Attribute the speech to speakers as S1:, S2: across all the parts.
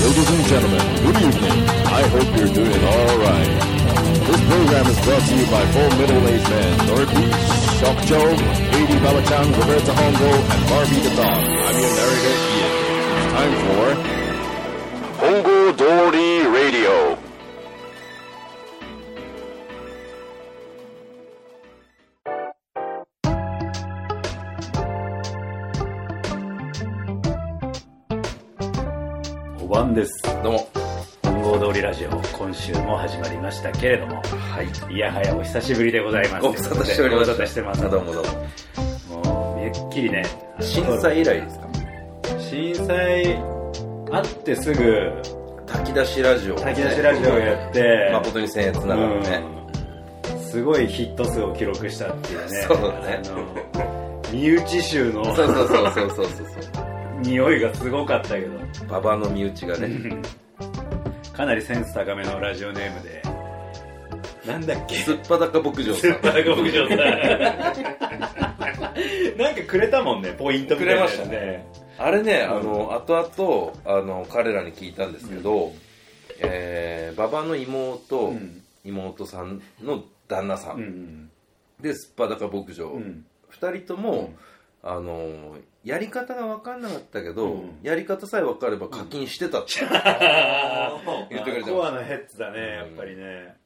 S1: Ladies and gentlemen, good evening. I hope you're doing all right. This program is brought to you by four middle-aged men, Dorothy, Shock Joe, Lady Balachan, Roberta Hongo, and Barbie the Dog. I'm your narrator, Ian. It's time for Hongo Dory Radio.
S2: お晩です
S3: どうも。
S2: 本郷通りラジオ今週も始まりましたけれども
S3: はい。
S2: いやはやお久しぶりでございます
S3: ご無沙汰しております。
S2: ご無沙汰してます
S3: あどうもどうも。
S2: もうめっきりね
S3: 震災以来ですか
S2: 震災あってすぐ
S3: 炊き出しラジオ、
S2: 炊き出しラジオやって
S3: 誠に僭越ながらね。
S2: うんすごいヒット数を記録したっていうね
S3: そうだね
S2: あの身内臭の
S3: そうそうそうそうそうそう。
S2: 匂いがすごかったけど
S3: 馬場の身内がね、
S2: かなりセンス高めのラジオネームでなんだっけ
S3: すっぱだか牧 場さん。
S2: 田中牧場さんなんかくれたもんねポイントみたいなやつ
S3: く あれね、あの、後々、あの、彼らに聞いたんですけど、えー、馬場の妹、
S2: ん
S3: 妹さんの旦那さん、
S2: うん
S3: で、すっぱだか牧場、
S2: う
S3: 二、
S2: ん
S3: 人とも、あの、やり方が分かんなかったけど、
S2: うん
S3: やり方さえ分かれば課金してたって 言ってくれてます
S2: コアのヘッズだねやっぱりね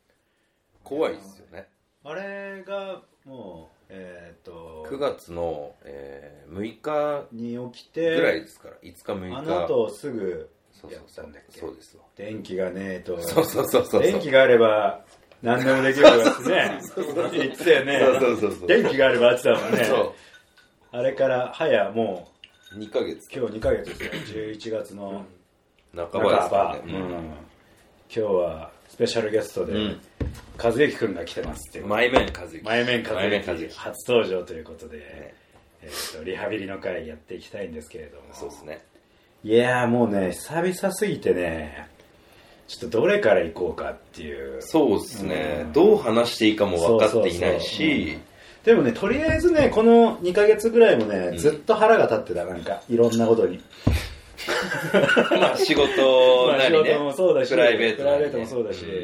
S3: 怖いですよね
S2: あれがもうえーっと
S3: 9月の、えー6日
S2: に起き
S3: ぐらい
S2: て
S3: ですから、5日6日
S2: あの後すぐ
S3: そう
S2: や
S3: そう
S2: っ
S3: そ
S2: た
S3: うん
S2: だっけ
S3: そうですわ
S2: 電気がねえと
S3: そうそうそうそう
S2: 電気があれば何でもできるからってね言ってたよね
S3: そうそうそうそう
S2: 電気があればあっちだもんね
S3: そ
S2: あれから早もう
S3: う2ヶ月
S2: 今日2ヶ月ですよ11月の
S3: 半
S2: 半
S3: ばです
S2: ば
S3: か、
S2: うん
S3: ね、
S2: 今日はスペシャルゲストで、
S3: うん
S2: 和之くんが来てますっていううん
S3: 前面和之
S2: 前面和
S3: 前面和
S2: 之
S3: 之
S2: 初登場ということで、えー、とリハビリの会やっていきたいんですけれども
S3: そうですね
S2: いやーもうね久々すぎてねちょっとどれから行こうかっていう
S3: そうですね、
S2: うん
S3: どう話していいかも分かっていないし
S2: でもねとりあえずねこの2ヶ月ぐらいもね、
S3: ん
S2: ずっと腹が立ってたなんかいろんなことに
S3: まあ仕事
S2: まあ
S3: な
S2: 仕
S3: りね、
S2: 事もそうだし
S3: プライベート
S2: プ
S3: な
S2: ライ
S3: り
S2: ベー
S3: ね
S2: トもそうだし、
S3: ん
S2: な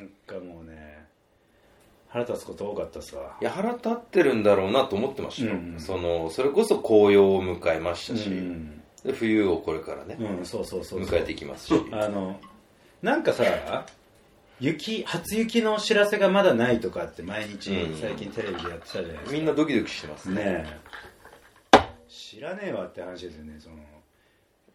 S2: んかもうね腹立つこと多かったさ
S3: いや腹立ってるんだろうなと思ってました
S2: う
S3: よ、
S2: ん
S3: そのそれこそ紅葉を迎えまし
S2: う
S3: たし、
S2: ん、
S3: で冬をこれからね、
S2: うん、そうそうそうそう
S3: 迎えていきますし
S2: あのなんかさ雪初雪の知らせがまだないとかって毎日
S3: うん
S2: 最近テレビでやってたじゃないですか、
S3: みんなドキドキしてますね
S2: ねえ知らねえわって話ですよねその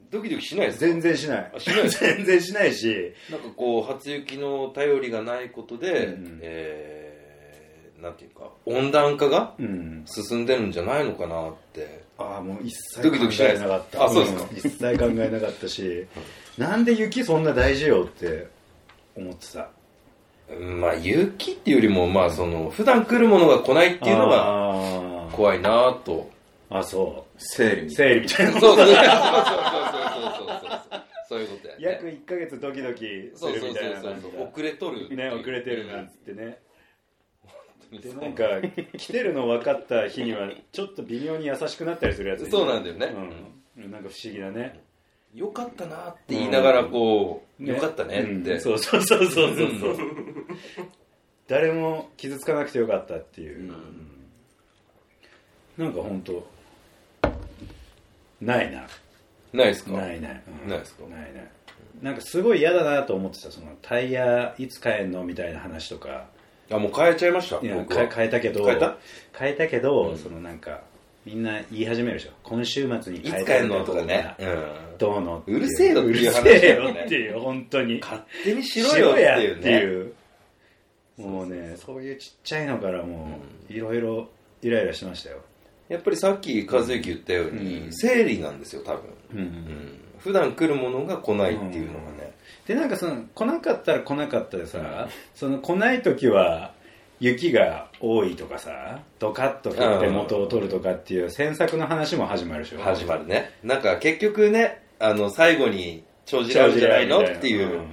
S3: ドキドキしないですか
S2: 全然しない
S3: あしないです
S2: 全然しないし
S3: なんかこう初雪の頼りがないことで、
S2: うん
S3: えー、なんていうか温暖化が
S2: うん
S3: 進んでるんじゃないのかなって
S2: ああもう一切
S3: ドキドキしない
S2: 考えなかった
S3: あそうですか
S2: ん一切考えなかったしなんで雪そんな大事よって思ってた
S3: うんまあ雪っていうよりもまあその普段来るものが来ないっていうのが
S2: が
S3: 怖いなと
S2: あそ
S4: 整理
S2: う
S4: みたい
S2: 生理みたいな
S3: そうそうそうそうそうそうそうそうそういうことや、ね、
S2: 約1ヶ月ドキドキする
S3: そうそう
S2: みたいな
S3: そう
S2: 感じ
S3: そう
S2: だ
S3: 遅れとる
S2: ね遅れてるなんつってね
S3: うん
S2: でなんか来てるの分かった日にはちょっと微妙に優しくなったりするやつ
S3: そうなんだよね
S2: うんなんか不思議だね
S3: よかったなって言いながらこう、
S2: ね
S3: よかったねって、
S2: うんそうそうそうそうそうそう 誰も傷つかなくてよかったっていう、なんか本当ないな
S3: ないですか
S2: ないない、うん
S3: ないですか
S2: ないないなんかすごい嫌だなと思ってたそのタイヤいつ買えんのみたいな話とか
S3: あもう変えちゃいました
S2: いや
S3: 僕
S2: 変え
S3: は
S2: 変えたけど
S3: 変えた
S2: 変えたけど、
S3: うん
S2: そのなんかみんな言い始めるでしょ今週末に
S3: いつ
S2: 変え
S3: 変え
S2: た
S3: ん
S2: んだ
S3: の
S2: よ
S3: とかね、うん
S2: どうのっていう
S3: るせえよっていう話
S2: うるせえ
S3: だよね
S2: よっていう本当に
S3: 勝手にしろよって
S2: や
S3: いうね
S2: うもうねそういうちっちゃいのからもういろいろイライラしましたよ
S3: やっぱりさっき和之言ったように、
S2: うん
S3: 生理なんですよ多分、
S2: うん
S3: うん、普段来るものが来ないっていうのがね、
S2: でなんかその来なかったら来なかったでさ、その来ない時は雪が多いとかさドカッと降って元を取るとかっていう詮索の話も始まるでしょ
S3: 始まるねなんか結局ねあの最後に長じられるんじゃないのっていう、
S2: うん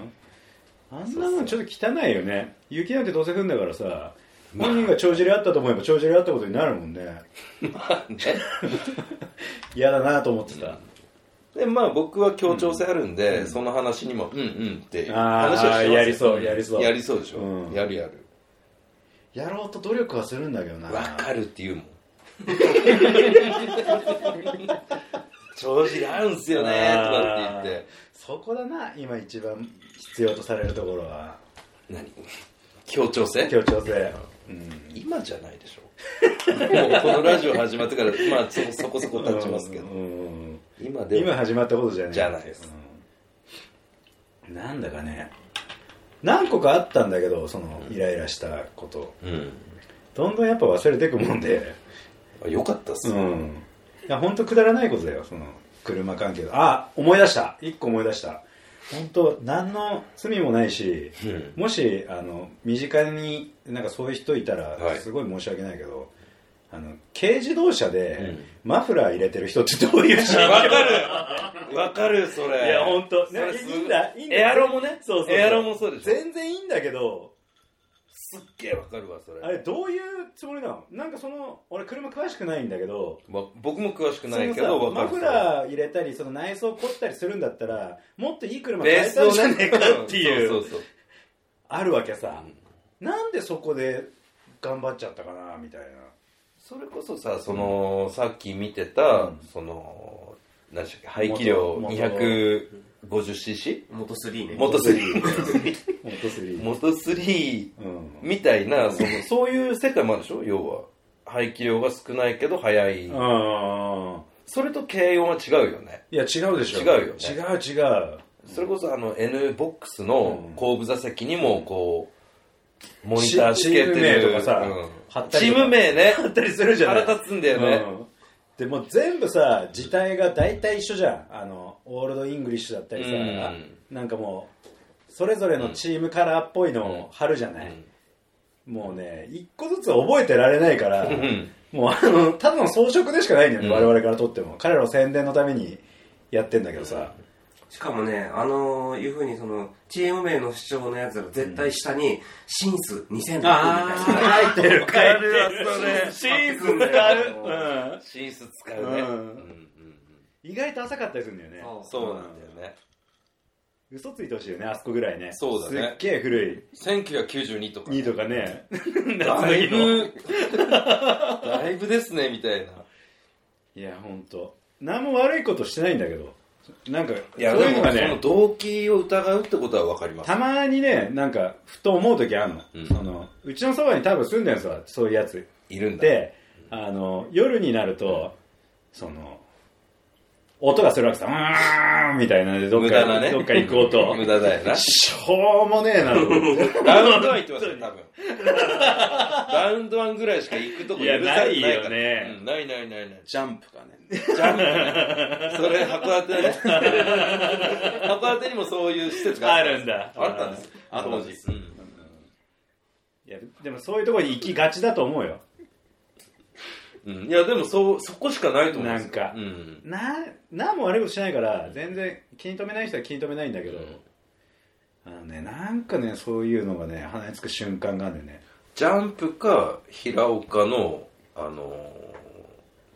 S2: あんなもんちょっと汚いよね雪なんてどうせ降んだからさ本人が帳尻あったと思えば帳尻あったことになるもんね
S3: まあね
S2: 嫌だなと思ってた、
S3: でまあ僕は協調性あるんで、その話にもうんうんって
S2: あー
S3: 話はしてますよ
S2: やりそうやりそう
S3: やりそうでしょ、
S2: うん
S3: やるやる
S2: やろうと努力はするんだけどな
S3: わかるって言うもん調子があるんすよねとかって言って
S2: そこだな今一番必要とされるところは
S3: 何協調性
S2: 協調性うん
S3: 今じゃないでしょもうこのラジオ始まってからまあそそこそこ経ちますけど
S2: うん
S3: 今で
S2: 今
S3: は
S2: 始まったことじゃない
S3: じゃないです、
S2: うんなんだかね何個かあったんだけどそのイライラしたこと
S3: うん
S2: どんどんやっぱ忘れてくもんで
S3: あよかったっす、
S2: うんいや本当くだらないことだよその車関係のあ思い出した一個思い出した本当何の罪もないし、
S3: うん
S2: もしあの身近になんかそういう人いたら
S3: はい
S2: すごい申し訳ないけど、あの軽自動車
S3: う
S2: で
S3: ん
S2: マフラー入れてる人ってどういう人
S3: わかるわかるそれ
S2: いや本当
S3: それ
S2: ね
S3: すご
S2: いいんだいいんだ
S3: エアロもね
S2: そうそうそう
S3: エアロもそうでしょ
S2: 全然いいんだけど
S3: すっげえわかるわそれ
S2: あれどういうつもりなのなんかその俺車詳しくないんだけど
S3: わ僕も詳しく
S2: その
S3: ないけど
S2: さ
S3: わか
S2: マ
S3: る
S2: フラー入れたりその内装凝ったりするんだったらもっといい車
S3: それ
S2: 買
S3: ベ
S2: え
S3: ース
S2: たん
S3: を
S2: じゃねえか
S3: ね
S2: っていう
S3: そうそうそう
S2: あるわけさ、なんでそこで頑張っちゃったかなみたいな
S3: それこそさそのさっき見てた、
S2: うん
S3: その何でしたっけ排気量
S2: 元
S3: 250cc
S4: 元3ね。
S2: モト
S3: 元3
S2: スリー
S3: 元3
S2: うん
S3: みたいなそのそういう世界もあるでしょ要は排気量が少ないけど速い、
S2: あ
S3: それと軽音は違うよね
S2: いや違うでしょ
S3: 違うよね
S2: 違う違う
S3: それこそあの N ボックスの後部座席にもこう、モニ
S2: チ
S3: ターつけて
S2: チ
S3: る
S2: ーム名とかさ
S3: うん
S2: 貼ったり
S3: チ
S2: とか
S3: ーム名ね
S2: あったりするじゃない
S3: 腹立つんだよね、
S2: うんでもう全部さ字体が大体一緒じゃんあのオールドイングリッシュだったりさ、
S3: うん
S2: なんかもうそれぞれのチームカラーっぽいのを貼るじゃない、
S3: うん
S2: もうね一個ずつ覚えてられないから
S3: ん
S2: もうあのただの装飾でしかないんだよね、
S3: うん
S2: 我々からとっても彼らを宣伝のためにやってんだけどさ、
S4: しかもね、あのー、いうふうにその、チーム名の主張のやつら絶対下に、シンス2006みたいな。
S2: 書いてる書いて
S3: わかるわ
S2: る
S3: そ
S2: シーズン
S4: わ
S2: が
S4: か
S2: あ
S4: る
S2: る、
S3: 寝室使うね、
S2: うん
S3: うんうん
S2: うん、意外と浅かったりするんだよね
S4: そ
S3: そうなんだよね
S2: 嘘ついてほしいよねあそこぐらいね
S3: そうだね
S2: すっげえ古
S3: 1992とか
S2: い2とかね
S3: だいぶ だいぶですねみたいない
S2: やほんと何も悪いことしてないんだけどなんか
S3: いや
S2: そう
S3: で
S2: いうの
S3: も
S2: が
S3: その
S2: ね
S3: 動機を疑うってことは分かります
S2: たまにねなんかふと思う時あるの,、
S3: うん
S2: そのうちのそばに多分住んでるんですわそういうやつ
S3: いるんだ
S2: であの夜になると、その音がするわけさうーんみたいなのでどっ
S3: 無
S2: か,、
S3: 駄なね
S2: どっか行く音
S3: 無駄だよな
S2: しょうもねえなと思って
S3: ラウンドワン行ってますよ、多分。ラウンドワンぐらいしか行くとこ許されてから
S2: いやないよね
S3: うんないないないない。
S2: ジャンプかね
S3: ジャン プね。それ、函館ね。 函館にもそういう施設が
S2: あるんだ
S3: あったんですよ。
S2: あ
S3: あ
S2: ー
S3: の当時。
S2: そういやでもそういうところに行きがちだと思うよ
S3: うんうんいや、でも、そう、そこしかないと思うんですよ。
S2: なんか
S3: うん。
S2: な何も悪いことしないから全然気に留めない人は気に留めないんだけど、あのねなんかねそういうのがね鼻につく瞬間があるんだよね
S3: ジャンプか、平岡の、あのー、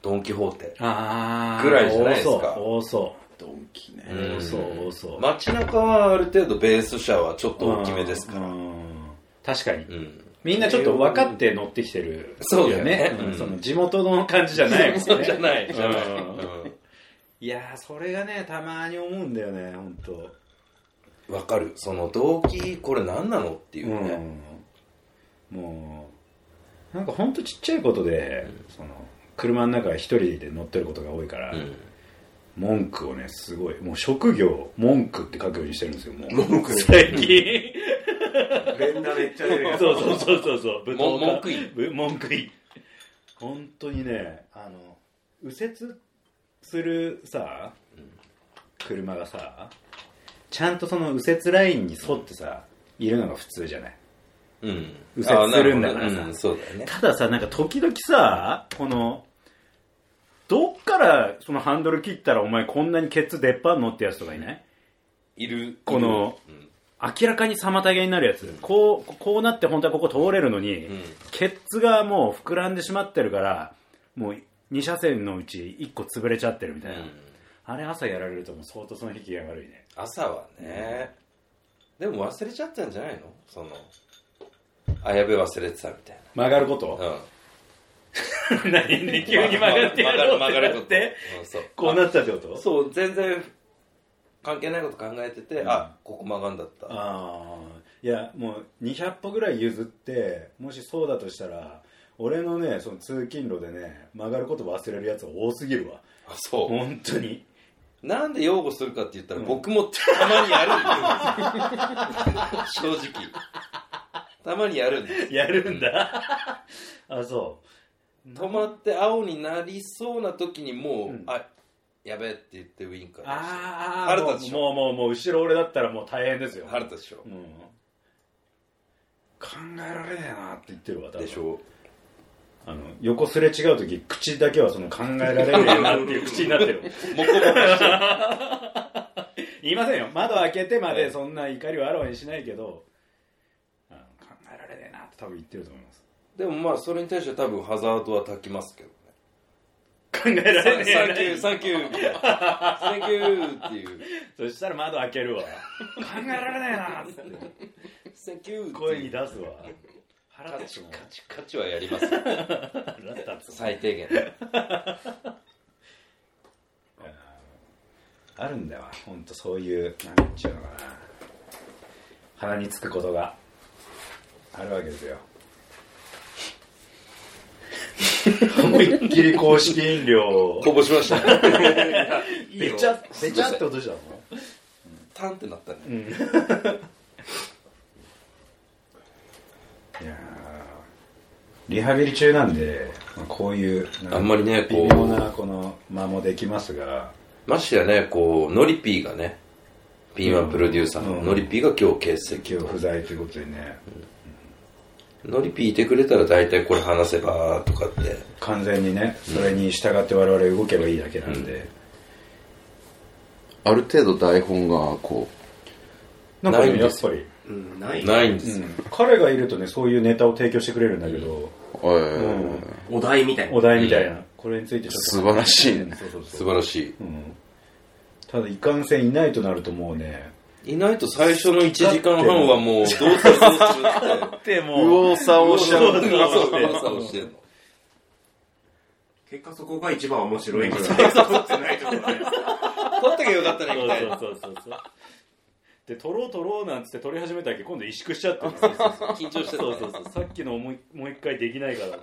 S3: ドン・キホーテ。
S2: あ
S3: ーぐらいじゃないですか
S2: 多そう多そうドンキね多そう多そう
S3: 街中はある程度ベース車はちょっと大きめですから。
S2: うん確かに、
S3: うん。
S2: みんなちょっと分かって乗ってきてる
S3: そうだよね
S2: うん
S3: うん
S2: その地元の感じじゃないもんね
S3: そうじゃない、じゃない。
S2: うん
S3: うん
S2: いやーそれがねたまに思うんだよね本当。
S3: わかるその動機これ何なのっていうね、
S2: うん、もうなんかほんとちっちゃいことで、その車の中一人で乗ってることが多いから、
S3: うん
S2: 文句をねすごいもう職業文句って書くようにしてるんですよもう
S4: 文句
S2: 最近
S4: 連打めっちゃ出るや つ。
S2: そうそうそうそうそう武闘
S3: も
S2: 家
S3: 文句言い
S2: ぶ文句言い本当にねあの右折するさ車がさちゃんとその右折ラインに沿ってさいるのが普通じゃない
S3: うん
S2: 右折するんだからさ
S3: あなほどねうんそうだよね
S2: たださなんか時々さこのどっからそのハンドル切ったらお前こんなにケツ出っ張んのってやつとかいない
S3: いる
S2: この
S3: うん
S2: 明らかに妨げになるやつこうこうなって本当はここ通れるのに、
S3: うん
S2: ケツがもう膨らんでしまってるからもう2車線のうち1個潰れちゃってるみたいな、
S3: うん
S2: あれ朝やられるともう相当その引きが悪いね
S3: 朝はね、でも忘れちゃったんじゃないのそのあやべえ忘れてたみたい
S2: 曲がること
S3: な、うん、
S2: 何で急に曲がってやろうってな
S3: 曲がる曲がる
S2: って
S3: うんそう
S2: こうなっちゃうってこと
S3: そう全然関係ないこと考えてて、あここ曲がんだった
S2: ああいやもう200歩ぐらい譲ってもしそうだとしたら俺のねその通勤路でね曲がること忘れるやつは多すぎるわ
S3: あそう、
S2: 本当に
S3: なんで擁護するかって言ったら、
S2: うん
S3: 僕もたまにやるんですよ正直たまにやるんです
S2: やるんだあそ
S3: 止まって青になりそうな時にもう、
S2: うん
S3: あやべえって言ってウインカ
S2: う
S3: ー出して
S2: あ
S3: 腹立つでしょ
S2: もうもうもう後ろ俺だったらもう大変ですよ
S3: 腹立つでしょ
S2: う、ん、考えられねえなって言ってるわ多分
S3: でしょ
S2: あの横すれ違う時口だけはその考えられねえなっていう口になってる
S3: モコモコしてる
S2: 言いませんよ窓開けてま
S3: え
S2: で
S3: え
S2: そんな怒りをあらわにしないけど、あの考えられねえなって多分言ってると思います
S3: でもまあそれに対して多分ハザードは焚きますけどね
S2: 考えられね
S3: サンキュ
S2: え
S3: ーサンキューみたいなサンキューっていう
S2: なそしたら窓開けるわ考えられねえなって
S3: サンキューっていう
S2: 声に出すわ腹
S3: カ
S2: 立
S3: チ
S2: つもん
S3: カチカチはやりますよ
S2: 腹立つもん
S3: 最低限
S2: あるんだよ本当そういうなんちゅうのかな鼻につくことがあるわけです よ思いっきり公式飲料を
S3: こぼしましたね
S2: べちゃべちゃって音したの
S3: タンってなったね
S2: いやーリハビリ中なんで、まあこういうなんか
S3: あんまりねこ
S2: 微
S3: う
S2: 妙なこの間もできますが
S3: ましてやねこうノリピーがねピーマンプロデューサーの
S2: うん
S3: ノリピーが今日欠席
S2: 今日不在ということでね
S3: ノリピーいてくれたら大体これ話せばとかって
S2: 完全にねそれに従って我々動けばいいだけなんで、
S5: ある程度台本がこ
S2: なんか
S3: ないん
S2: ねや
S3: で
S2: っ
S3: す
S2: ぱり、
S4: うん、ない
S3: ないんです
S2: う
S3: よ
S2: ん彼がいるとねそういうネタを提供してくれるんだけど、
S5: う、えー
S2: うん
S4: お題みたいな
S2: お題みたいな、これについてちょっと
S5: 素晴らしいね
S2: そうそうそう
S3: 素晴らし
S2: うんただいかんせんいないとなるともうね
S3: いいないと最初の1時間半はもうどうするどうするって
S2: で
S5: 右往左往しちゃう
S3: 右往左往してんの
S4: 結果そこが一番面白いことないってないところだよ
S3: 取っとけよかったら行きたい
S2: そうそうそうそうそうで取ろう取ろうなんつって取り始めたけど今度萎縮しちゃってね
S3: 緊張してた
S2: そ
S3: ね
S2: うそうそうさっきのもう一もう一回できないから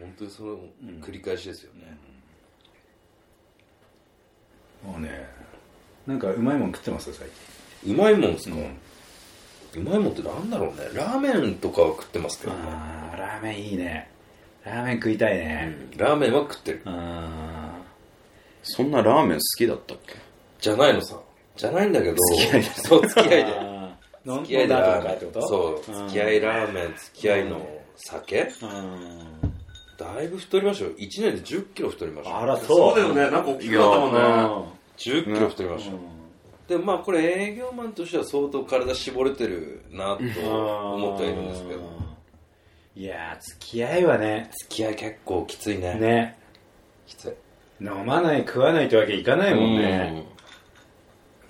S3: 本当にその繰り返しですよね、
S2: もうねなんかうまいもん食ってます最
S3: うまいもんです
S2: 近
S3: か、うまいもんってなんだろうねラーメンとかは食ってますけど、ね
S2: あーラーメンいいねラーメン食いたいね
S3: ラーメンは食ってる
S2: あ
S5: そんなラーメン好きだったっけ
S3: じゃないのさじゃないんだけど
S5: 付き合い
S3: そう付き合い
S2: ー
S3: で
S2: あー飲ん
S3: 付き合いで
S2: 飲んだ
S3: ラ
S2: 後と
S3: ー
S2: か
S3: メ
S2: ってこ
S3: ン
S2: と
S3: そう
S2: うん
S3: 付き合いラーメン付き合いの酒
S2: うん
S3: だいぶ太りましたよ1年で1 0キロ太りました
S2: あらそう
S4: そうだよねなんか大きくなったもんね
S3: 1 0キロ太りました、でまあこれ営業マンとしては相当体絞れてるなと思ってはいるんですけど
S2: いやー付き合いはね
S3: 付き合い結構きついね
S2: ね
S3: きつい
S2: 飲まない食わないってわけいかないもんね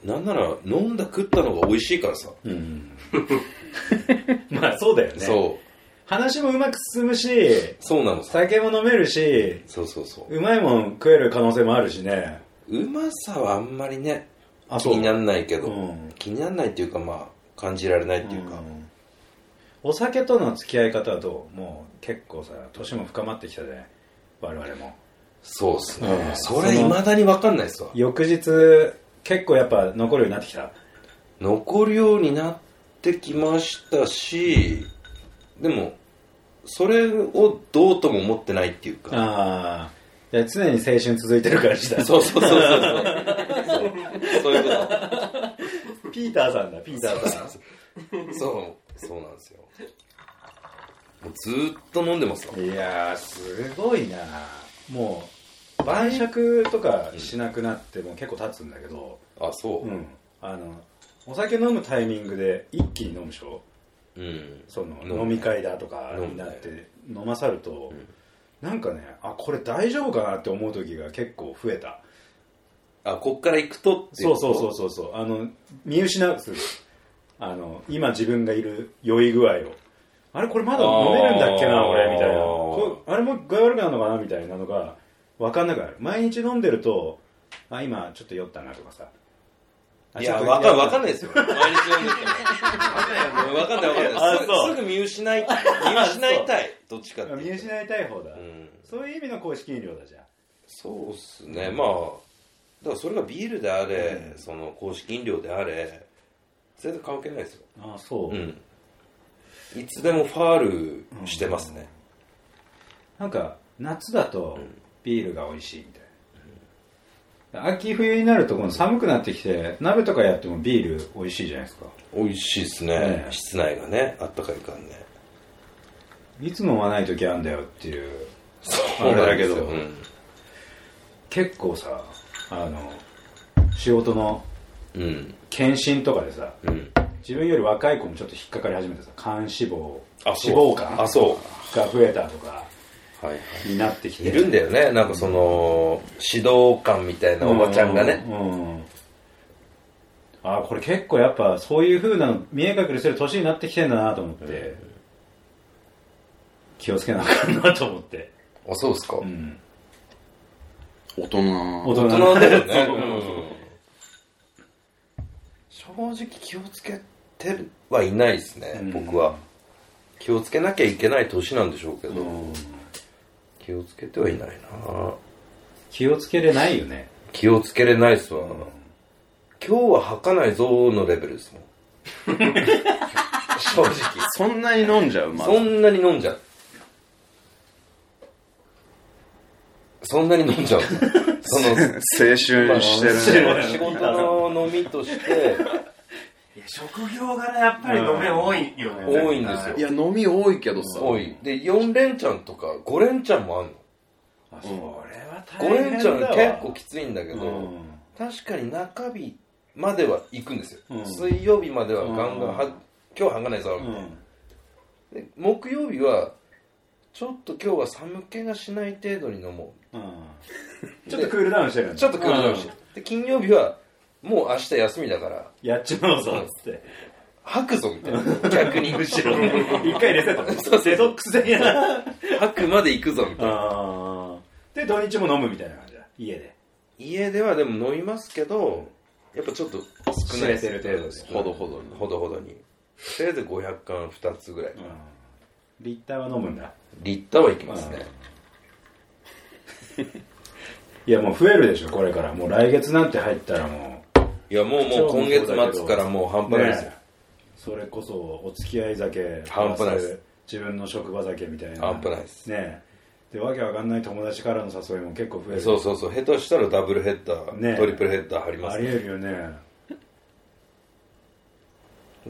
S3: うんなんなら飲んだ食ったのが美味しいからさ、
S2: うん まあそうだよね
S3: そう
S2: 話もうまく進むし
S3: そうなのさ
S2: 酒も飲めるし
S3: そうそうそう
S2: うまいもん食える可能性もあるしね
S3: うまさはあんまりね
S2: あ
S3: 気にならないけど、
S2: うん
S3: 気にならないっていうかまあ感じられないっていうか、
S2: んお酒との付き合い方はどうもう結構さ年も深まってきたじゃない我々も
S3: そうっすね、
S2: うん
S3: それいまだに分かんないっすわ
S2: 翌日結構やっぱ残るようになってきた
S3: 残るようになってきましたしでもそれをどうとも思ってないっていうか
S2: ああ常に青春続いてる感じだ
S3: そうそうそうそうそうそういうこ
S2: ピーターさんだピーターさん
S3: とそうそうなんですよもうずーっと飲んでますわ
S2: いやーすごいなもう晩酌とかしなくなってもう結構経つんだけど、、
S3: あそううん
S2: あのお酒飲むタイミングで一気に飲むでしょ
S3: うん
S2: その
S3: 飲む
S2: 飲み会だとか
S3: 飲む
S2: になって飲まさると、なんかねあこれ大丈夫かなって思う時が結構増えた
S3: あこっから行くとってい
S2: そうそうそうそうそうあの見失うすぐあの今自分がいる酔い具合をあれこれまだ飲めるんだっけ
S3: あ
S2: な
S3: ー
S2: 俺みたいなこあれもう具合悪くなるのかなみたいなのが分かんなくなる毎日飲んでるとあ今ちょっと酔ったなとかさあ
S3: い
S2: ちょ
S3: や
S2: っと
S3: わかんわかんないですよ毎日飲んでてもわかんないわかんない
S2: あ
S3: す
S2: そう
S3: ぐすぐ見失い見失いたいどっちかって
S2: あ見
S3: いうと
S2: 失いたい方だ、
S3: うん
S2: そういう意味の公式飲料だじゃん
S3: そうっすねまあだからそれがビールであれ、その公式飲料であれ全然関係ないですよ
S2: ああそう、
S3: うんいつでもファールしてますね、
S2: なんか夏だとビールが美味しいみたいな、秋冬になるとこの寒くなってきて鍋とかやってもビール美味しいじゃないですか
S3: 美味しいですね、
S2: うん
S3: 室内がねあったかいからね
S2: いつ飲まない時あんだよっていうあれだけど、
S3: そうなんです
S2: 結構さあの仕事の
S3: ようん
S2: 検診とかでさ
S3: うん、うん、
S2: 自分より若い子もちょっと引っかかり始めてさ肝脂肪
S3: あそう
S2: 脂肪肝
S3: あそ
S2: が増えたとか
S3: うはいはい
S2: になってきて
S3: いるんだよねなんかその指導官みたいなおばちゃんがね
S2: うんうんあこれ結構やっぱそういうふうなの見え隠れする年になってきてんだなと思って、気をつけなあかんなと思って、
S5: あ、そうですか。
S2: うん、
S5: 大人。
S2: 大人
S3: 大
S2: だ
S3: 人だよ
S2: そう
S3: ねうん正直気をつけてはいないですね、
S2: うん
S3: 僕は気をつけなきゃいけない年なんでしょうけど、
S2: うん
S3: 気をつけてはいないな
S2: 気をつけれないよね、
S3: 気をつけれないっすわ、今日は吐かないぞのレベルですもん正直
S5: そんなに飲んじゃう、ま
S3: そんなに飲んじゃうそんなに飲んじゃうその
S5: 青春してるね。
S3: 仕事の飲みとして
S4: いや、職業柄やっぱり飲め多いよね。
S3: 多いんですよ
S5: いや、飲み多いけどさ。
S3: 多いで4連チャンとか5連チャンもあるの
S2: あそれは
S3: 5
S2: 大変
S3: 連チ
S2: だ
S3: ャ
S2: わ
S3: ン結構きついんだけど、
S2: うん
S3: 確かに中日までは行くんですよ、
S2: うん
S3: 水曜日まではガンガンは、
S2: うん
S3: 今日はがないぞみたいな、で木曜日はちょっと今日は寒気がしない程度に飲も
S2: うんうんちょっとクールダウンしてる
S3: うちょっとクールダウンして
S2: うん
S3: で金曜日はもう明日休みだから
S2: やっちまうぞっつって
S3: 吐くぞみたい な逆にむしろ
S2: 一回レセット
S3: そう
S2: デトックス的な
S3: 吐くまで行くぞみたいな
S2: あーで土日も飲むみたいな感じだ家で
S3: 家ではでも飲みますけどやっぱちょっと少ないです
S2: 知れてる程度です
S3: ほどほどにほどほどにせいぜい500缶2つぐらい
S2: リッターは飲むんだ
S3: リッターはいきますね
S2: いやもう増えるでしょこれからもう来月なんて入ったらも
S3: いやもうもう今月末からもう半
S2: う
S3: 端ないですよ
S2: ねえそれこそお付き合い酒
S3: 半端ないです
S2: 自分の職場酒みたいな
S3: 半端ないです
S2: ねえでわけわかんない友達からの誘いも結構増える
S3: そうそうそう下手したらダブルヘッダ
S2: ね
S3: ートリプルヘッダー張りま
S2: あ
S3: す
S2: り
S3: ね
S2: えるよね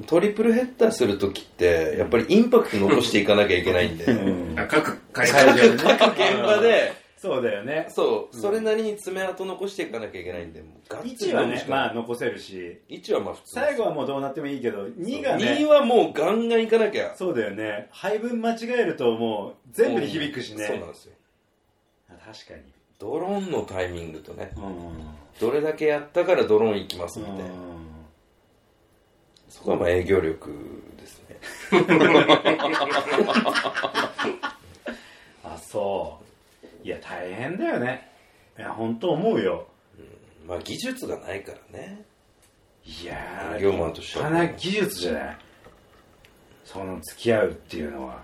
S3: トリプルヘッダーするときってやっぱりインパクト残していかなきゃいけないんで
S2: うん
S4: あ各会社
S2: 会場でね
S3: 各現場で
S2: そうだよね
S3: そうそれなりに爪痕残していかなきゃいけないんでもうガッツリ
S2: 1はねまあ残せるし
S3: 1はまあ普通
S2: 最後はもうどうなってもいいけど2がね
S3: 2はもうガンガンいかなきゃ
S2: そうだよね配分間違えるともう全部に響くしね
S3: そうなんですよ
S2: あ確かに
S3: ドローンのタイミングとね
S2: う
S3: どれだけやったからドローン行きますみたい
S2: ん
S3: なそこはまあ営業力ですね
S2: あそういや大変だよねいや本当思うよ
S3: まあ技術がないからね
S2: いやー
S3: 営業マンとしては
S2: 立派な技術じゃないその付き合うっていうのは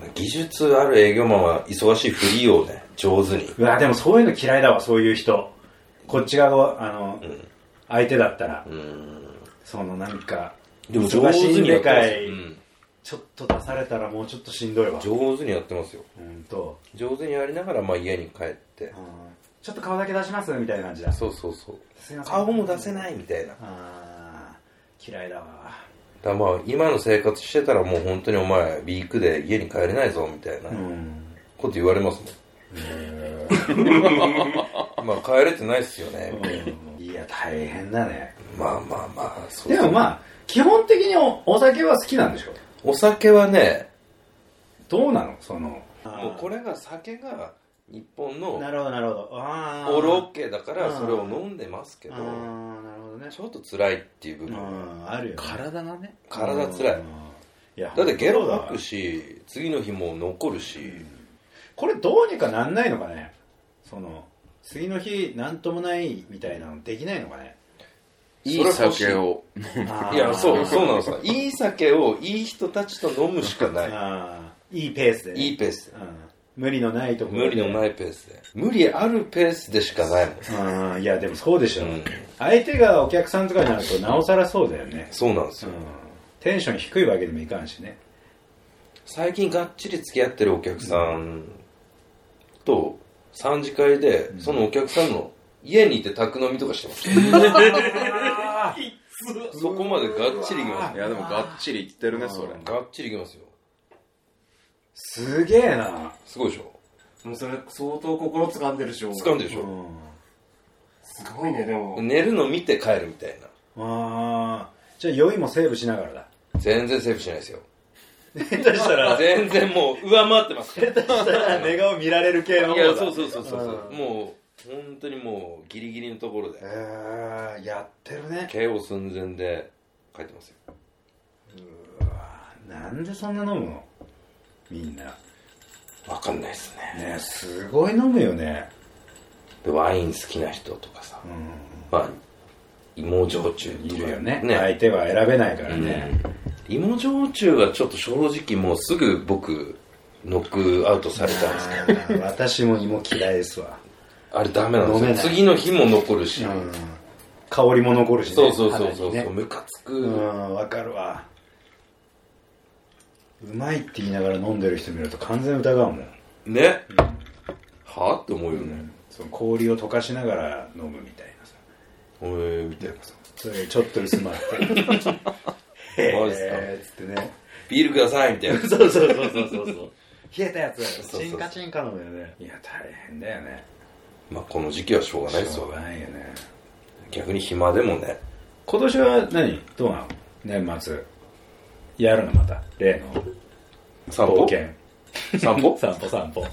S3: まあ技術ある営業マンは忙しいフリーをね上手に
S2: うわでもそういうの嫌いだわそういう人こっち側があの、相手だったら、
S3: うん
S2: そのなんか
S3: でも上
S2: 忙しい
S3: 手にや
S2: で
S3: ってま
S2: か
S3: す
S2: い、
S3: うん
S2: ちょっと出されたらもうちょっとしんどいわ
S3: 上手にやってますよ
S2: うんと
S3: 上手にやりながらまあ家に帰って
S2: ちょっと顔だけ出しますみたいな感じだ
S3: そうそうそう
S2: すいません
S3: 顔も出せないみたいなだか
S2: あー嫌いだわ
S3: らまあ今の生活してたらもう本当にお前ウィークで家に帰れないぞみたいな
S2: うん
S3: こと言われますねまあ帰れてないっすよね、
S2: いや大変だね
S3: まあまあまあそう
S2: でもまあ基本的におお酒は好きなんでしょ
S3: お酒はね
S2: どうなのその
S3: もうこれが酒が日本の
S2: なるほどなるほどああ
S3: オールオッケーだか
S2: あ
S3: ら
S2: ー
S3: それを飲んでますけ
S2: あ
S3: ど
S2: ーなるほどね
S3: ちょっと辛いっていう部
S2: う
S3: 分
S2: んあるよね
S5: 体がね
S3: 体辛い
S2: いや
S3: だってゲロ
S2: 本当だ
S3: 吐くし次の日も残るし
S2: これどうにかなんないのかねその次の日なんともないみたいなのできないのかね
S5: いい酒を
S2: あー
S3: いやそうそうなのさいい酒をいい人たちと飲むしかな
S2: あーいいペースでね
S3: いいいペースで
S2: うん無理のないところ
S3: 無理のないいペースで無理あるペースでしかないもん
S2: いやでもそうでしょ、
S3: うん
S2: 相手がお客さんとかになるとなおさらそうだよね、
S3: そうなんです
S2: う
S3: よ
S2: ん、テンション低いわけでもいかんしね
S3: 最近がっちり付き合ってるお客さんと3次会でそのお客さんの家にいて宅飲みとかしてましたそこまでがっちりいきます
S5: いやでもがっちりいってるねそれ
S3: がっちりいきますよ
S2: すげえな、
S3: すごいでしょ
S4: もうそれ相当心掴んでるでしょ
S3: 掴んでるでし
S2: う
S3: ょ
S2: ん、
S4: すごいねでも
S3: 寝るの見て帰るみたいな
S2: ああじゃあ酔いもセーブしながらだ
S3: 全然セーフしないですよ
S2: 下手したら
S3: 全然もう上回ってます いや
S2: 下手したら寝顔見られる系の方だ
S3: そうそうそうそうそう
S2: うん
S3: もう本当にもうギリギリのところで
S2: えー、やってるね
S3: KO 寸前で帰ってますよ
S2: なんでそんな飲むのみんなね
S3: わかんないですね
S2: えすごい飲むよね
S3: でワイン好きな人とかさ、
S2: うん
S3: まあ芋焼酎とか
S2: いるよね
S3: ね
S2: 相手は選べないからね、
S3: うん芋焼酎はちょっと正直もうすぐ僕ノックアウトされたんですけど
S2: あー 私も芋嫌いですわ、
S3: あれダメなん
S2: 飲め
S3: で
S2: ない
S3: すよ次の日も残るし、
S2: うん、香りも残るしね
S3: そうそうそう
S2: 肌
S3: そう、
S2: にね
S3: ムカつく、
S2: うんわかるわうまいって言いながら飲んでる人見ると完全に疑うもん、
S3: ね、はあって思うよね、
S2: その氷を溶かしながら飲むみたいなさ
S3: おえみたいなさ
S2: それちょっと薄まって「へえ」っつってね
S3: ビールくださいみたいな
S2: そうそうそうそうそうそう冷えたやつ
S3: うそう
S2: チンカチンカのだよねいや大変だよね
S3: まあこの時期はしょうがないです
S2: しょ
S3: よ
S2: うがないよね
S3: 逆に暇でもね
S2: 今年は何どうなの年末やるのまた例の
S3: 散
S2: 冒
S3: 歩
S2: 険
S3: 散歩
S2: 散歩散歩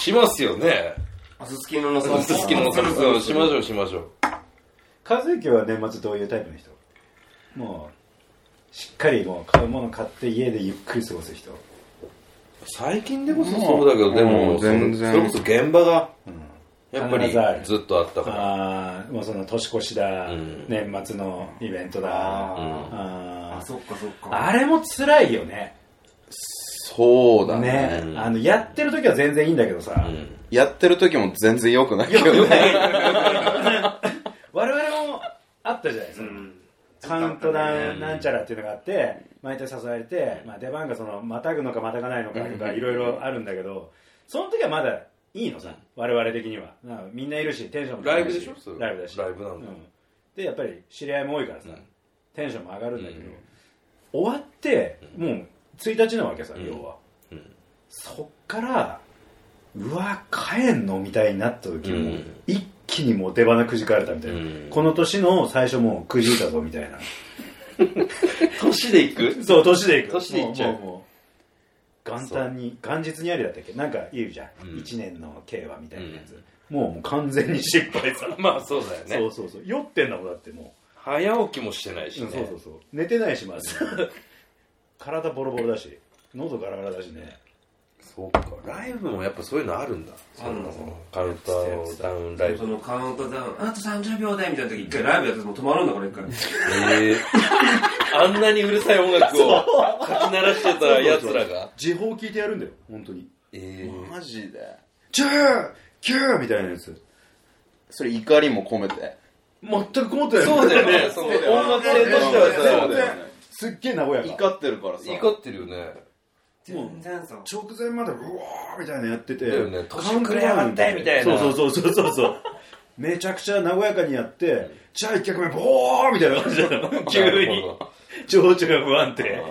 S3: しますよね
S4: あすすきのの
S3: 好きなのそうそうしましょうしましょう
S2: 和之は年末どういうタイプの人もうしっかりもう買うもの買って家でゆっくり過ごす人
S3: 最近でこそそうだけど、で
S5: も
S3: も
S5: う全然
S3: それそれこそ現場がやっぱ
S2: 必ずある
S3: りずっとあったから
S2: ああもうその年越しだ、
S3: うん
S2: 年末のイベントだ
S4: あ
S2: あ
S4: あ
S2: ー
S4: そっかそっか
S2: あれも辛いよね
S5: そうだね
S2: ね、
S3: うん
S2: あのやってる時は全然いいんだけどさ、
S3: うん
S5: やってる時も全然良くないけどね
S2: 我々もあったじゃないです
S4: う
S2: か、
S4: ん
S2: カウントダウンなんちゃらっていうのがあって毎回誘われて、まあ、出番がそのまたぐのかまたがないのかとかいろいろあるんだけどその時はまだいいのさ我々的にはなんかみんないるしテンションも
S3: ライブでしょそれ
S2: ライブだし
S3: ライブなん
S2: うん、
S3: だ
S2: でやっぱり知り合いも多いからさ、
S3: うん
S2: テンションも上がるんだけど、
S3: うん
S2: 終わってもう1日なわけさ、
S3: ん
S2: 要は、
S3: ん
S2: そっからうわ帰んのみたいになった時も、
S3: うん
S2: 一気にもう出花くじかれたみたいな、
S3: うん
S2: この年の最初もうくじいたぞみたい な
S3: 年で行く
S2: そう年でいく
S3: 年でいっちゃう
S2: もうもうもう元旦に元日にありだったっけなんか言うじゃん、
S3: うん
S2: 一1年の競馬みたいなやつ、もうもう完全に失敗さ
S3: まあそうだ よね
S2: そうそうそう酔ってんだもんだってもう
S3: 早起きもしてないし
S2: うん
S3: ね
S2: そうそうそう寝てないしまず 体ボロボロだし喉ガラガラだしね
S3: そうかライブもやっぱそういうのあるんだそんなそのカウントダウンライ
S4: そ
S3: ブ
S4: のカウントダウンあと30秒でみたいな時一回ライブやってても止まるんだから一回
S3: え えあんなにうるさい音楽をかき鳴らしてたやつらが
S2: 時報聞いてやるんだよ本当に
S3: え
S5: マジで
S2: 19みたいなやつ
S5: それ怒りも込めて
S2: 全くこもってな
S3: え
S2: い
S3: そうだよねその音楽性として
S5: そ
S3: は
S5: うだよね
S2: すっげえ和やか
S5: 怒ってるからさ
S3: さ怒ってるよね
S4: 全然そう
S2: 直前までうわーみたいなのやってて
S3: だよね
S2: カウント
S3: 年くれやがってみたいな
S2: そうそうそうそうそうそうめちゃくちゃ和やかにやってじゃあ1曲目ボーみたいな感じ だったの急
S3: なる
S2: に
S3: ほど
S2: 情緒が不安定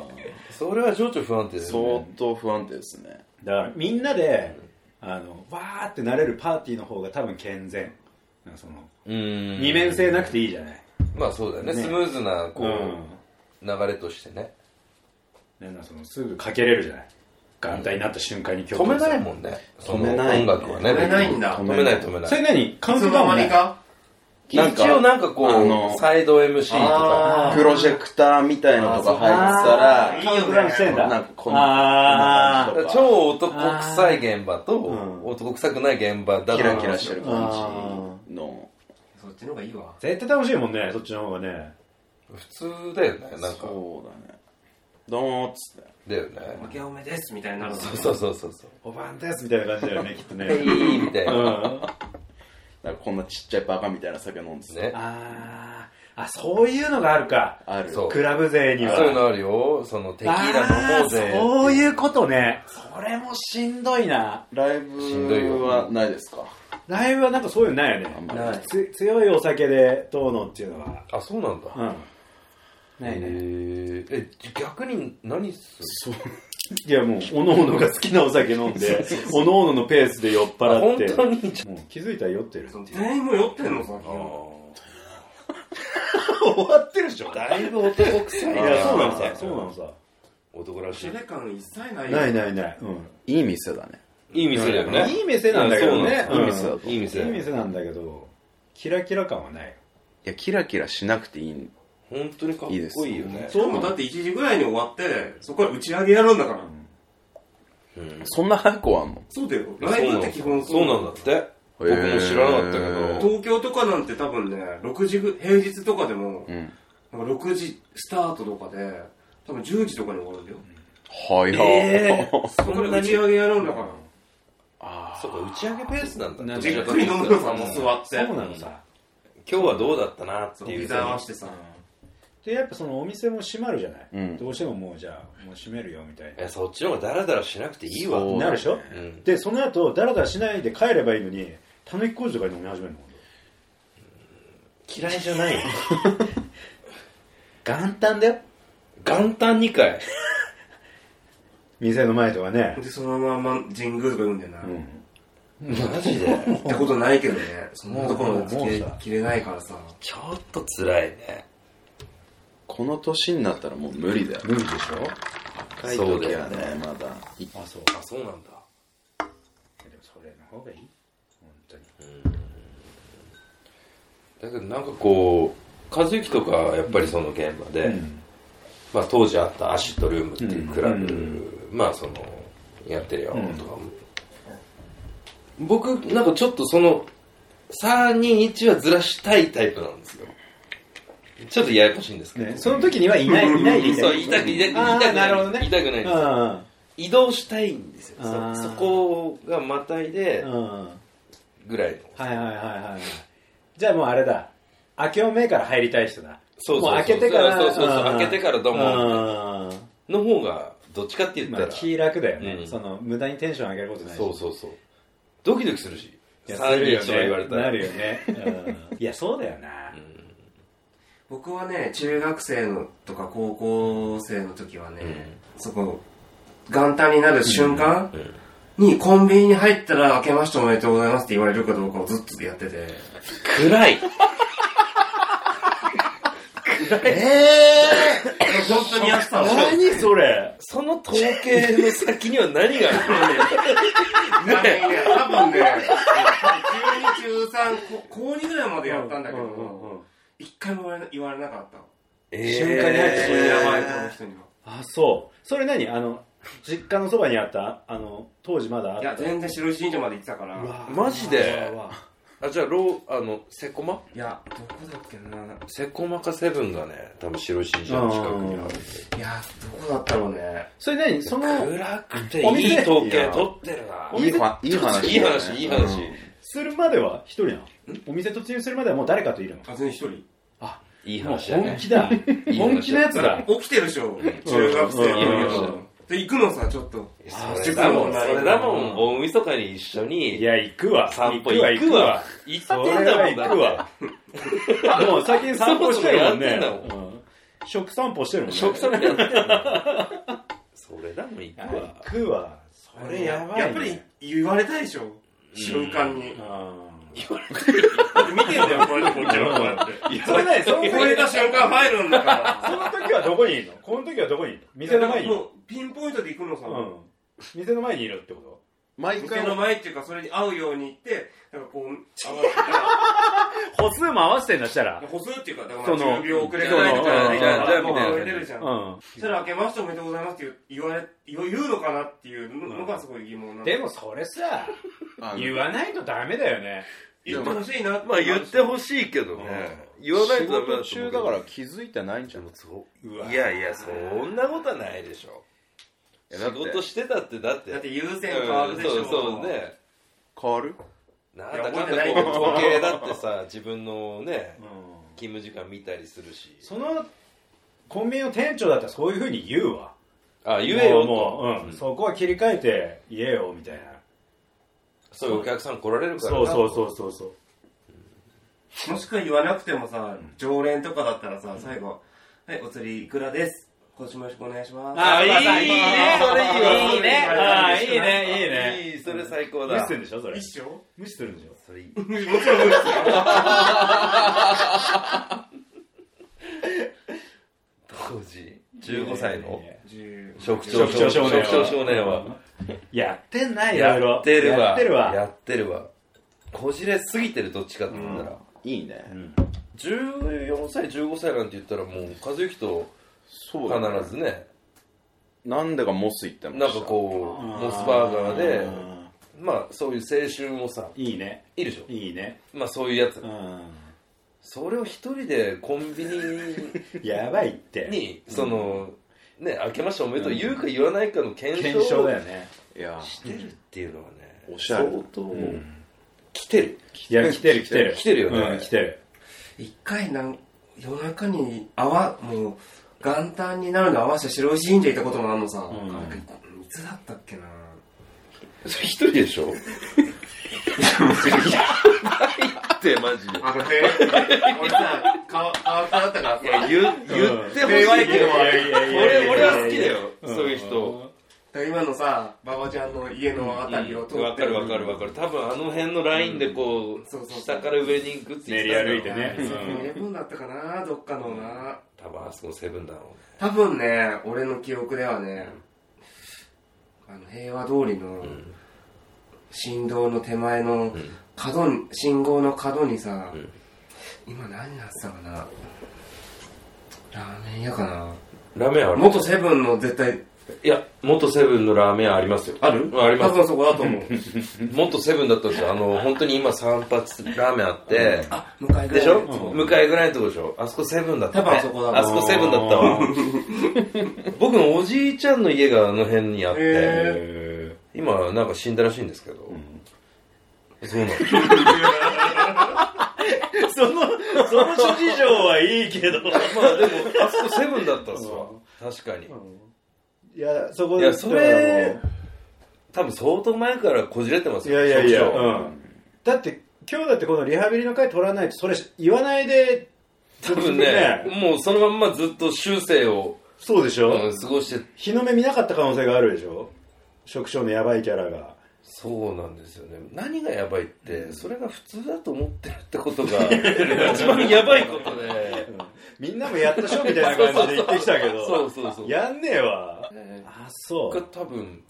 S3: それは情緒不安定です
S5: 相
S3: ね
S5: 当不安定ですね
S2: だからみんなであのわーってなれるパーティーの方が多分健全なんかその
S3: うん
S2: 二面性なくていいじゃない、
S3: まあそうだよね
S2: ね
S3: スムーズなこう、
S2: うん
S3: 流れとしてね
S2: なんかそのすぐかけれるじゃないがみたいになった瞬間に
S3: 止めない
S2: ん
S3: もんね。その
S2: 止めない
S3: 音楽はね。
S4: 止めないんだ
S3: 止めない止めない
S2: それ。何カウン
S4: そ
S2: ト
S4: の
S2: ダ
S4: ま
S2: ウン
S4: まに
S2: ね
S4: か
S3: 一
S5: なんか
S3: 応なんかこ
S5: あ
S3: う、
S5: の
S3: サイド MC と
S4: あ
S3: か。
S5: プロジェクターみたいのとか入
S2: あ
S5: ってた
S2: ーカウントダウンしてんだ
S5: なんかこん
S2: あー
S5: こんな感じとか
S3: 超男臭い現場と
S2: ん
S3: 男臭くない現場だと
S5: らキラキラしてる感じの
S4: そっちの方がいいわ
S2: 絶対楽しいもんねそっちの方がね
S3: 普通だよねなんか
S5: そうだねどうもっつって
S3: だよね
S4: 負けおめですみたいになるの
S3: そうそうそうそうそう
S2: おばんですみたいな感じだよ ねきっとね
S3: へいみたいうなん
S5: なんかこんなちっちゃいバカみたいな酒飲んでて
S3: ね
S2: あーあそういうのがあるか
S5: ある
S3: そう
S2: クラブ勢には
S3: そういうのあるよそのテキーラ飲もうぜ
S2: あーそういうことねそれもしんどいな
S5: ライ
S3: しんどい
S5: ブ
S3: よ
S5: はないですか
S2: ライブはなんかそういうのないよね
S5: あんまり
S4: ない
S2: つ強いお酒でどうのっていうのは
S3: あそうなんだ
S2: うんない
S3: へ
S2: ね
S3: ーえ逆に何す
S2: そ
S3: る
S2: ういやもうおのおのが好きなお酒飲んでおのおののペースで酔っ
S3: あ
S2: 払っ
S3: 本
S2: て
S3: 当に
S2: もう気づいたら酔ってる
S4: その店員も酔ってんのさっきの
S2: 終わってるでしょだいぶ男臭いいや
S3: あー
S2: そうなのさそうなのさ
S3: 男らし
S4: シェレ感一切ないよ
S2: ないないない、うん
S5: いい店だね
S3: いいい店だよね
S2: いい店なんだけどね
S3: そうなんです
S2: うん
S3: いい店だ
S2: いい
S3: と
S2: 店なんだけどキラキラ感はない
S5: いやキラキラしなくていい
S3: 本当にかっこいいよね
S4: そうもだって1時ぐらいに終わってそこから打ち上げやるんだから
S3: うん
S5: そんな早くはあんの
S4: そうだよライブって基本
S3: そうなんだって僕も知らなかった
S5: へ
S3: けど
S4: 東京とかなんて多分ね6時ぐ平日とかでも
S5: うん
S4: なんか6時スタートとかで多分10時とかに終わるんだよ
S5: 早い、
S3: え
S4: そこで打ち上げやるんだから
S5: あ
S3: そうか打ち上げペースなんだ
S2: なんか
S4: じっくり飲むのさもう座って
S2: そうなのさ
S3: 今日はどうだったなって
S4: そう
S3: いう
S4: 膝合わしてさ
S2: でやっぱそのお店も閉まるじゃない、
S5: うん
S2: どうしてももうじゃあもう閉めるよみたい
S3: えそっちの方がダラダラしなくていいわ
S5: そう
S2: ななるでしょ
S3: うん
S2: でその後ダラダラしないで帰ればいいのにたぬき工事とかに飲み始めるの
S3: 嫌いじゃ ない
S2: 元旦だよ
S3: 元旦2回
S2: 店の前とかね
S4: でそのまま神宮とか言うんだよな、行
S3: マジで
S4: ったことないけどねそんなところ
S2: もう
S4: で
S2: もうさ
S4: 切れないからさ
S3: ちょっと辛いね
S5: この年になったらもう無理だよ
S2: 無理でしょ
S5: 若い
S3: そう
S5: 時
S3: だよ
S5: はねまだい
S2: あそう
S3: あそうなん
S2: で
S3: だ
S2: もそれの方がいい本当に
S3: だけどなんかこう和之とかはやっぱりその現場で、まあ、当時あったアシットルームっていうクラブ、まあそのやってるよとかも、僕なんかちょっとその321はずらしたいタイプなんですよちょっとややこしいんですけど、
S2: ね、その時にはいないいないでい
S3: そう言いたく言いたく言いたくない
S2: なるほどね
S3: 言いたくないんですよ
S2: うん
S3: 移動したいんですよ
S2: あー
S3: そそこがまたいで
S2: うん
S3: ぐらいの
S2: はいはいはいはいじゃあもうあれだ明けおめから入りたい人だ
S3: そうそうそう
S2: もう開けてから
S3: そうそうそうん開けてからどうも
S2: うん
S3: の方がどっちかって言った
S2: まあ
S3: ら、
S2: 気楽だよね、
S3: うん
S2: その無駄にテンション上げることないし
S3: そうそうそうドキドキするし
S2: いやするよ
S3: 321は言われ
S2: ね
S3: たら
S2: なるよね、うん、いやそうだよな、
S4: 僕はね中学生のとか高校生の時はね、そこ元旦になる瞬間にコンビニに入ったら「明けましておめでとうございます」って言われるかどうかをずっとやっ てて
S3: 暗い
S4: 本当にやってたの
S2: 何それ
S3: その統計の先には何が
S4: なんかね、多 分ね、中2、中3、こ高2ぐらいまでやったんだけ
S2: うんうんうんうん
S4: ど、一回も言われな言われなかった。
S3: あるの
S2: 瞬間に入って
S4: そういう名前との人には。
S2: あそうそれ何あの実家のそばにあったあの当時まだあ
S4: い
S2: っ
S4: や、
S2: た
S4: 全然白石神社まで行ってたから。
S2: うわ
S3: マジで
S2: うわうわ
S3: あじゃあローあのセコマ
S4: いや、どこだっけな。
S3: セコマかセブンがね多分白新社の近くにある
S4: いや、どこだったろうね。
S2: それ何その
S3: 暗くて
S2: お店
S3: いい統計取ってるない
S5: いは、いい話だね。
S3: いい話いい話、
S2: するまでは一人なのお店突入するまではもう誰かといるの
S4: あ、全然一人。
S3: いい
S2: もう
S3: 話だね
S2: 本気だ
S3: いい話だ
S2: 本気のやつだ
S4: 起きてるでしょ、中学生
S3: うん
S4: の時
S3: う
S4: は。で、行くのさ、ちょっと。
S3: それだもんそれだもん大晦日に一緒
S2: い
S3: に
S2: や行くわ
S3: 散歩行くわ行って
S2: そ
S3: ん
S2: れは
S3: だもん
S2: 行くわ もう最近散歩してるもんね
S3: そもそもやってんだ
S2: うん食散歩してるもんね
S3: 食さんやってんだそれだもん行くわ
S2: 行くわそれやばいね
S4: やっぱり言われたでしょ瞬間に。だ
S2: うん
S4: って見てんだよ、こうやってこっちのこうやって。
S2: それないその時
S4: 超えた瞬間入るんだから。
S2: その時はどこにいるのこの時はどこにいるの店の前にいる
S4: もうピンポイントで行くのさ、
S2: うん店の前にいるってこと
S5: 毎
S4: 店
S5: 回
S4: の
S5: も、
S4: 前っていうか、それに合うように行って、なんかこう、合わ
S2: 歩数も合わせてんだしたら
S4: せて、歩数っていうか、だから
S2: その
S4: 10秒遅れぐらいと
S2: そ
S4: か
S2: の
S4: で、じゃあ、じゃあ、
S3: うん
S4: みたいな。
S3: うん
S4: れるじゃん。
S2: うん
S4: そしたら、明けましておめでとうございますって言われ、言う言うのかなっていうのがすごい疑問なの。
S2: でもそれさ
S5: あの
S2: 言わないとダメだよね
S4: 言ってほしいなって。
S3: まあ言ってほしいけどね。言わない
S5: 仕
S3: とダメだと思
S5: 事
S3: うけど
S5: 中だから気づいてないんじゃん。
S2: うわ
S3: いやいや、そんなことはないでしょ。
S5: いやだ
S3: 仕
S5: って
S3: 事してたって、だって。
S4: だって優先変わるでしょ
S3: うんそうそうね。
S5: 変わる
S3: なんだかん
S4: いや覚えてな
S3: だ
S4: い
S3: こ
S4: け
S3: う
S4: ど
S3: 時計だってさ、自分のね
S2: う、ん
S3: 勤務時間見たりするし。
S2: そのコンビニの店長だったらそういうふうに言うわ
S3: あ、言え
S2: も
S3: よ
S2: うもう、
S3: と
S2: うん、。そこは切り替えて言えよみたいな
S3: そういうお客さん来られるからな
S2: そうそうそうそうそう
S4: もしくは言わなくてもさ、常連とかだったらさ、最後、はい、お釣りいくらです。今年もよろしくお願いします。
S2: あいいね
S3: それいいわ
S2: いいねああいいねいいね
S3: いい、それ最高
S2: 無視
S3: だ
S2: す。るんでしょそれ
S4: 一緒
S2: 無視するんでしょ
S3: それいい。
S4: もちろん無理ですよ。
S3: 当時、15歳の
S2: いやいやいや
S3: 職
S2: 長
S3: 長
S2: 職長少年は
S3: 職長少年は。
S2: やってんないろ
S3: や
S2: いろ
S3: ってるわ。
S2: やってるわ
S3: やってるわこじれすぎてる、どっちかって言ったら。
S5: いいね。
S3: 14歳、15歳なんて言ったらもう、和幸と
S5: そうだね
S3: 必ずね、
S5: なんでかモス行ってました。
S3: なんかこう、モスバーガーで、まあそういう青春をさ、
S2: いいね
S3: いるでしょ。
S2: いいね
S3: まあそういうやつ
S2: う。ん
S3: それを一人でコンビニ
S2: やばいって
S3: に、その、ね、明けましておめでとう言うか言わないかの検証
S2: 検証だよね
S5: う。いや、
S3: してるっていうのはね、
S5: おしゃれ
S3: 相当、来てる。
S2: いや来てる来てる
S3: 来てるよね
S2: うん来てる
S4: 一回なん、夜中に、あわ、もう、元旦になるの合わせて白石神社行ったこともあんのさ、なんかいつだったっけな
S3: それ一人でしょやばいって、マジで。
S4: あ、こ れ、俺さ、顔、顔変わったからさ、
S3: 言言ってほしい
S4: 平和やけど
S2: いやいやいやい
S3: 俺
S2: や
S3: 俺は好きだよ、そういう人。
S4: 今のさ、馬場ちゃんの家のあたりを通って、
S3: わかるわかるわかる。多分あの辺のラインでこ
S4: そうそう
S3: う、
S4: そう
S3: 下から上に行くって言って
S2: 練り歩いて
S4: い
S2: ね
S4: や
S2: うん
S4: セブンイレブンだったかな、どっかのな。
S3: 多分あそこのセブンだろうね。
S4: 多分ね、俺の記憶ではね、あの平和通りの振動の手前の角に、信号の角にさ、今何やってたかな、ラーメン屋か
S3: ラーメンあ
S4: な。
S3: る
S4: 元セブンの絶対
S3: いや、元セブンのラーメン屋ありますよ。
S4: ある
S3: ありま
S4: 多
S3: す
S4: 分。そこだ と思う。
S3: 元セブンだったんですよ。あの、本当に今散髪ラーメンあって、
S4: あ、向かいぐ
S3: で
S4: らい
S3: し
S4: の
S3: ょ向かいぐらいのとこでしょあそこセブンだったね。
S4: 多分あそこだ
S3: あそこセブンだった わ。僕のおじいちゃんの家があの辺にあっ
S4: へ
S3: て、
S2: え
S3: 今なんか死んだらしいんですけど。そうなの。
S2: ーそのその諸事情はいいけど
S3: まあでも、あそこセブンだったっすわ。確かに。
S2: いやそこ
S3: い
S2: で
S3: や、それ、多分相当前からこじれてます
S2: い
S3: よ。
S2: やいやいや、
S3: 職
S2: う
S3: 長
S2: ん、だって今日だってこのリハビリの回取らないとそれ言わないで
S3: 多分ね、もうそのまんまずっと修正を、
S2: そうでし
S3: う
S2: ょ、
S3: ん過ごして、
S2: 日の目見なかった可能性があるでしょ職長のヤバいキャラが
S3: そうなんですよね。何がやばいって、それが普通だと思ってるってことが、一番やばいことで。
S2: みんなもやったしょみたいな感じで言ってきたけど
S3: そうそうそう。
S2: やんねえわ
S3: ね
S2: あそ
S3: が
S2: う
S3: 多分、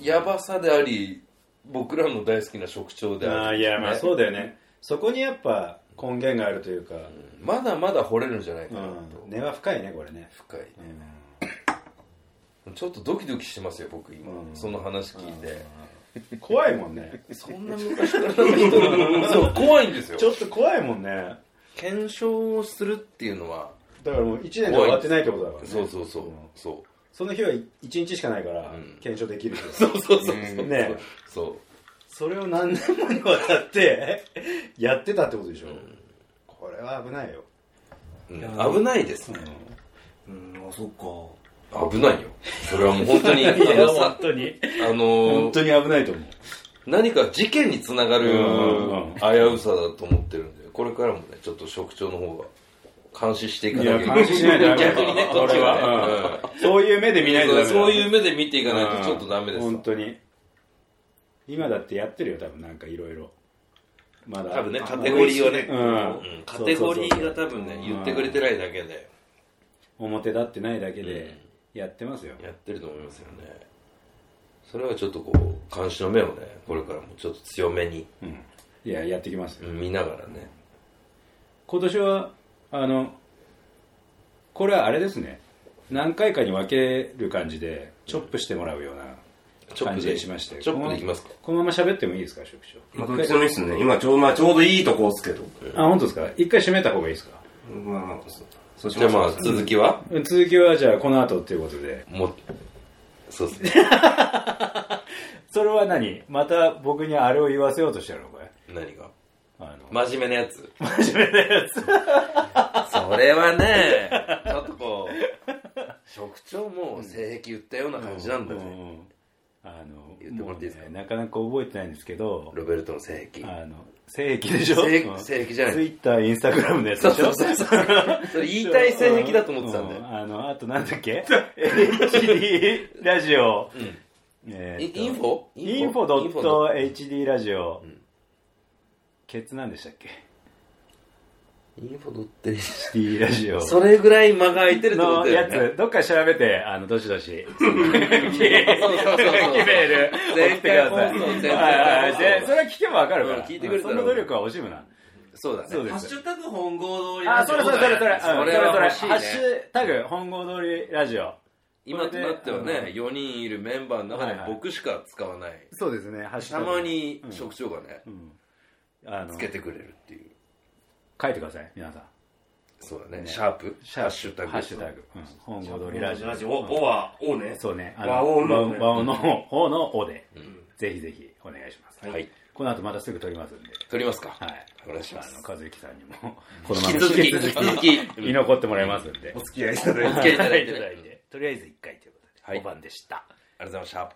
S3: やばさであり、僕らの大好きな職長で
S2: あ
S3: あ
S2: ー
S3: り。
S2: いやまあ
S3: ね
S2: そうだよねそこにやっぱ根源があるというか、
S3: まだまだ惚れるんじゃないか
S2: う
S3: なと。
S2: ん、根は深いねこれね
S3: 深いね、ちょっとドキドキしてますよ僕今、その話聞いて、
S2: 怖いもんね
S3: そんな昔からの人なのそう怖いんですよ
S2: ちょっと怖いもんね
S3: 検証をするっていうのは
S2: だからもう1年で終わってないってことだからね
S3: そうそうそう、そ
S2: その日は1日しかないから
S3: ん
S2: 検証できるけど、
S3: う そうそうそうそう
S2: うんね
S3: そ
S2: それを何年もにわたってやってたってことでしょ、これは危ないよ、
S3: う、うん危ないですね、
S4: うん、あ、そっか。
S3: 危ないよそれはもう本当にあのさ
S2: 当に
S3: あの
S2: 本当に危ないと思う
S3: 何か事件につながる
S2: うん
S3: 危うさだと思ってるんでこれからもねちょっと職長の方が監視していか
S2: い
S3: なきゃ
S2: や監視しないとダメだよ
S3: 逆にねこ
S2: こ
S3: っち
S2: れ
S3: はねうん
S2: は、うんそういう目で見ないとダメだ
S3: そう
S2: う
S3: いう目で見ていかないとちょっとダメです
S2: 本当に今だってやってるよ多分なんかいろいろまだ
S3: 多分ねカテゴリーをね、
S2: うん
S3: うんカテゴリーが多分ね言ってくれてないだけで
S2: 表立ってないだけでやってますよ、
S3: やってると思いますよねそれはちょっとこう監視の目をねこれからもちょっと強めに
S2: うん、いややってきますよ
S3: 見ながらね
S2: 今年はあのこれはあれですね何回かに分ける感じでチョップしてもらうような
S3: チョッ
S2: 感
S3: プ
S2: じ
S3: で
S2: にしまして
S3: チョップでいきますか
S2: このまま喋ってもいいですか職長
S4: まあ、どっちでもいいっすね。今ちょう,、まあ、ちょうどいいとこっすけど。
S2: あ本当ですか一回締めた方がいいですか
S4: まあまあ、そそうし
S3: じゃあま
S4: ましょ
S3: あ
S4: う。
S3: 続きは
S2: 続きはじゃあこの後ということで
S3: もうそうですね
S2: それは何また僕にあれを言わせようとしてるのこれ
S3: 何が
S2: あの
S3: 真面目なやつ真面目なやつそれはねちょっとこう職長も性癖言ったような感じなんだよね、
S2: うんあの
S3: 言ってもらっていいですか
S2: もうねなかなか覚えてないんですけど
S3: ロベルトの性癖
S2: あの正規でしょ
S3: 正
S2: うん
S3: 正規じゃない
S2: ツイッターインスタグラムのやつで
S3: そう
S2: しょ
S3: そうそうそうそれ言いたい性癖だと思ってたんだ
S2: う
S3: よ
S2: あのあとなんだっけ HD ラジオ、えーっと
S3: インフォ
S2: インフォドット HD ラジオ、ケツなんでしたっけ
S3: インフォドット
S2: HD ラジオ
S3: それぐらい間が空いてるってこと
S2: の
S3: だ
S2: や
S3: よね
S2: つどっか調べてあのどしど し
S3: そうそうそ う
S2: キメール送ってください
S3: 全
S2: はい
S3: 然
S2: はいはい
S3: 全
S2: で
S3: 然
S2: それは聞けばわかるから
S3: うん聞いてくれた
S2: そ
S3: ら
S2: の努力は惜しむな
S3: そうだね
S2: そうで
S4: ハッ
S2: す
S4: シュタグ本郷通り
S2: あ、それそれそれそれ、うん
S3: それは欲しいね
S2: ハッシュタグ、本郷通りラジオ。
S3: 今となっては
S2: うん
S3: ね4人いるメンバーの中で僕しか使わない
S2: そうですね、ハッシ
S3: たま、に職長がね
S2: あの、
S3: つ
S2: 書
S3: け
S2: いて
S3: てくれるっていう
S2: ください、皆さん。
S3: そうだね
S2: ね
S3: シャープハッシュタグ
S2: ハッシュタグ。うん本郷通りラ
S4: ラ
S2: ジ
S4: ジ
S2: オ。
S4: オ。お、おは、おね。
S2: そうね、
S4: 和音のね
S2: 和音の、おのおで、ぜひぜひお願いします。
S3: はい。
S2: この後またすぐ撮りますんで、
S3: 取りますか
S2: はい。
S3: お願いしま
S2: あの、
S3: す
S2: 和之さんにも、 このまま
S3: 引き続き
S2: 引き
S3: 引き
S2: 続
S3: 続
S2: き
S3: き
S2: 居残ってもらいますんで
S4: お。付き合いいただいて
S3: お付き合いいただいてね
S2: いて、とりあえず1回ということで、
S3: はい
S2: 5番でした。
S3: ありがとうございました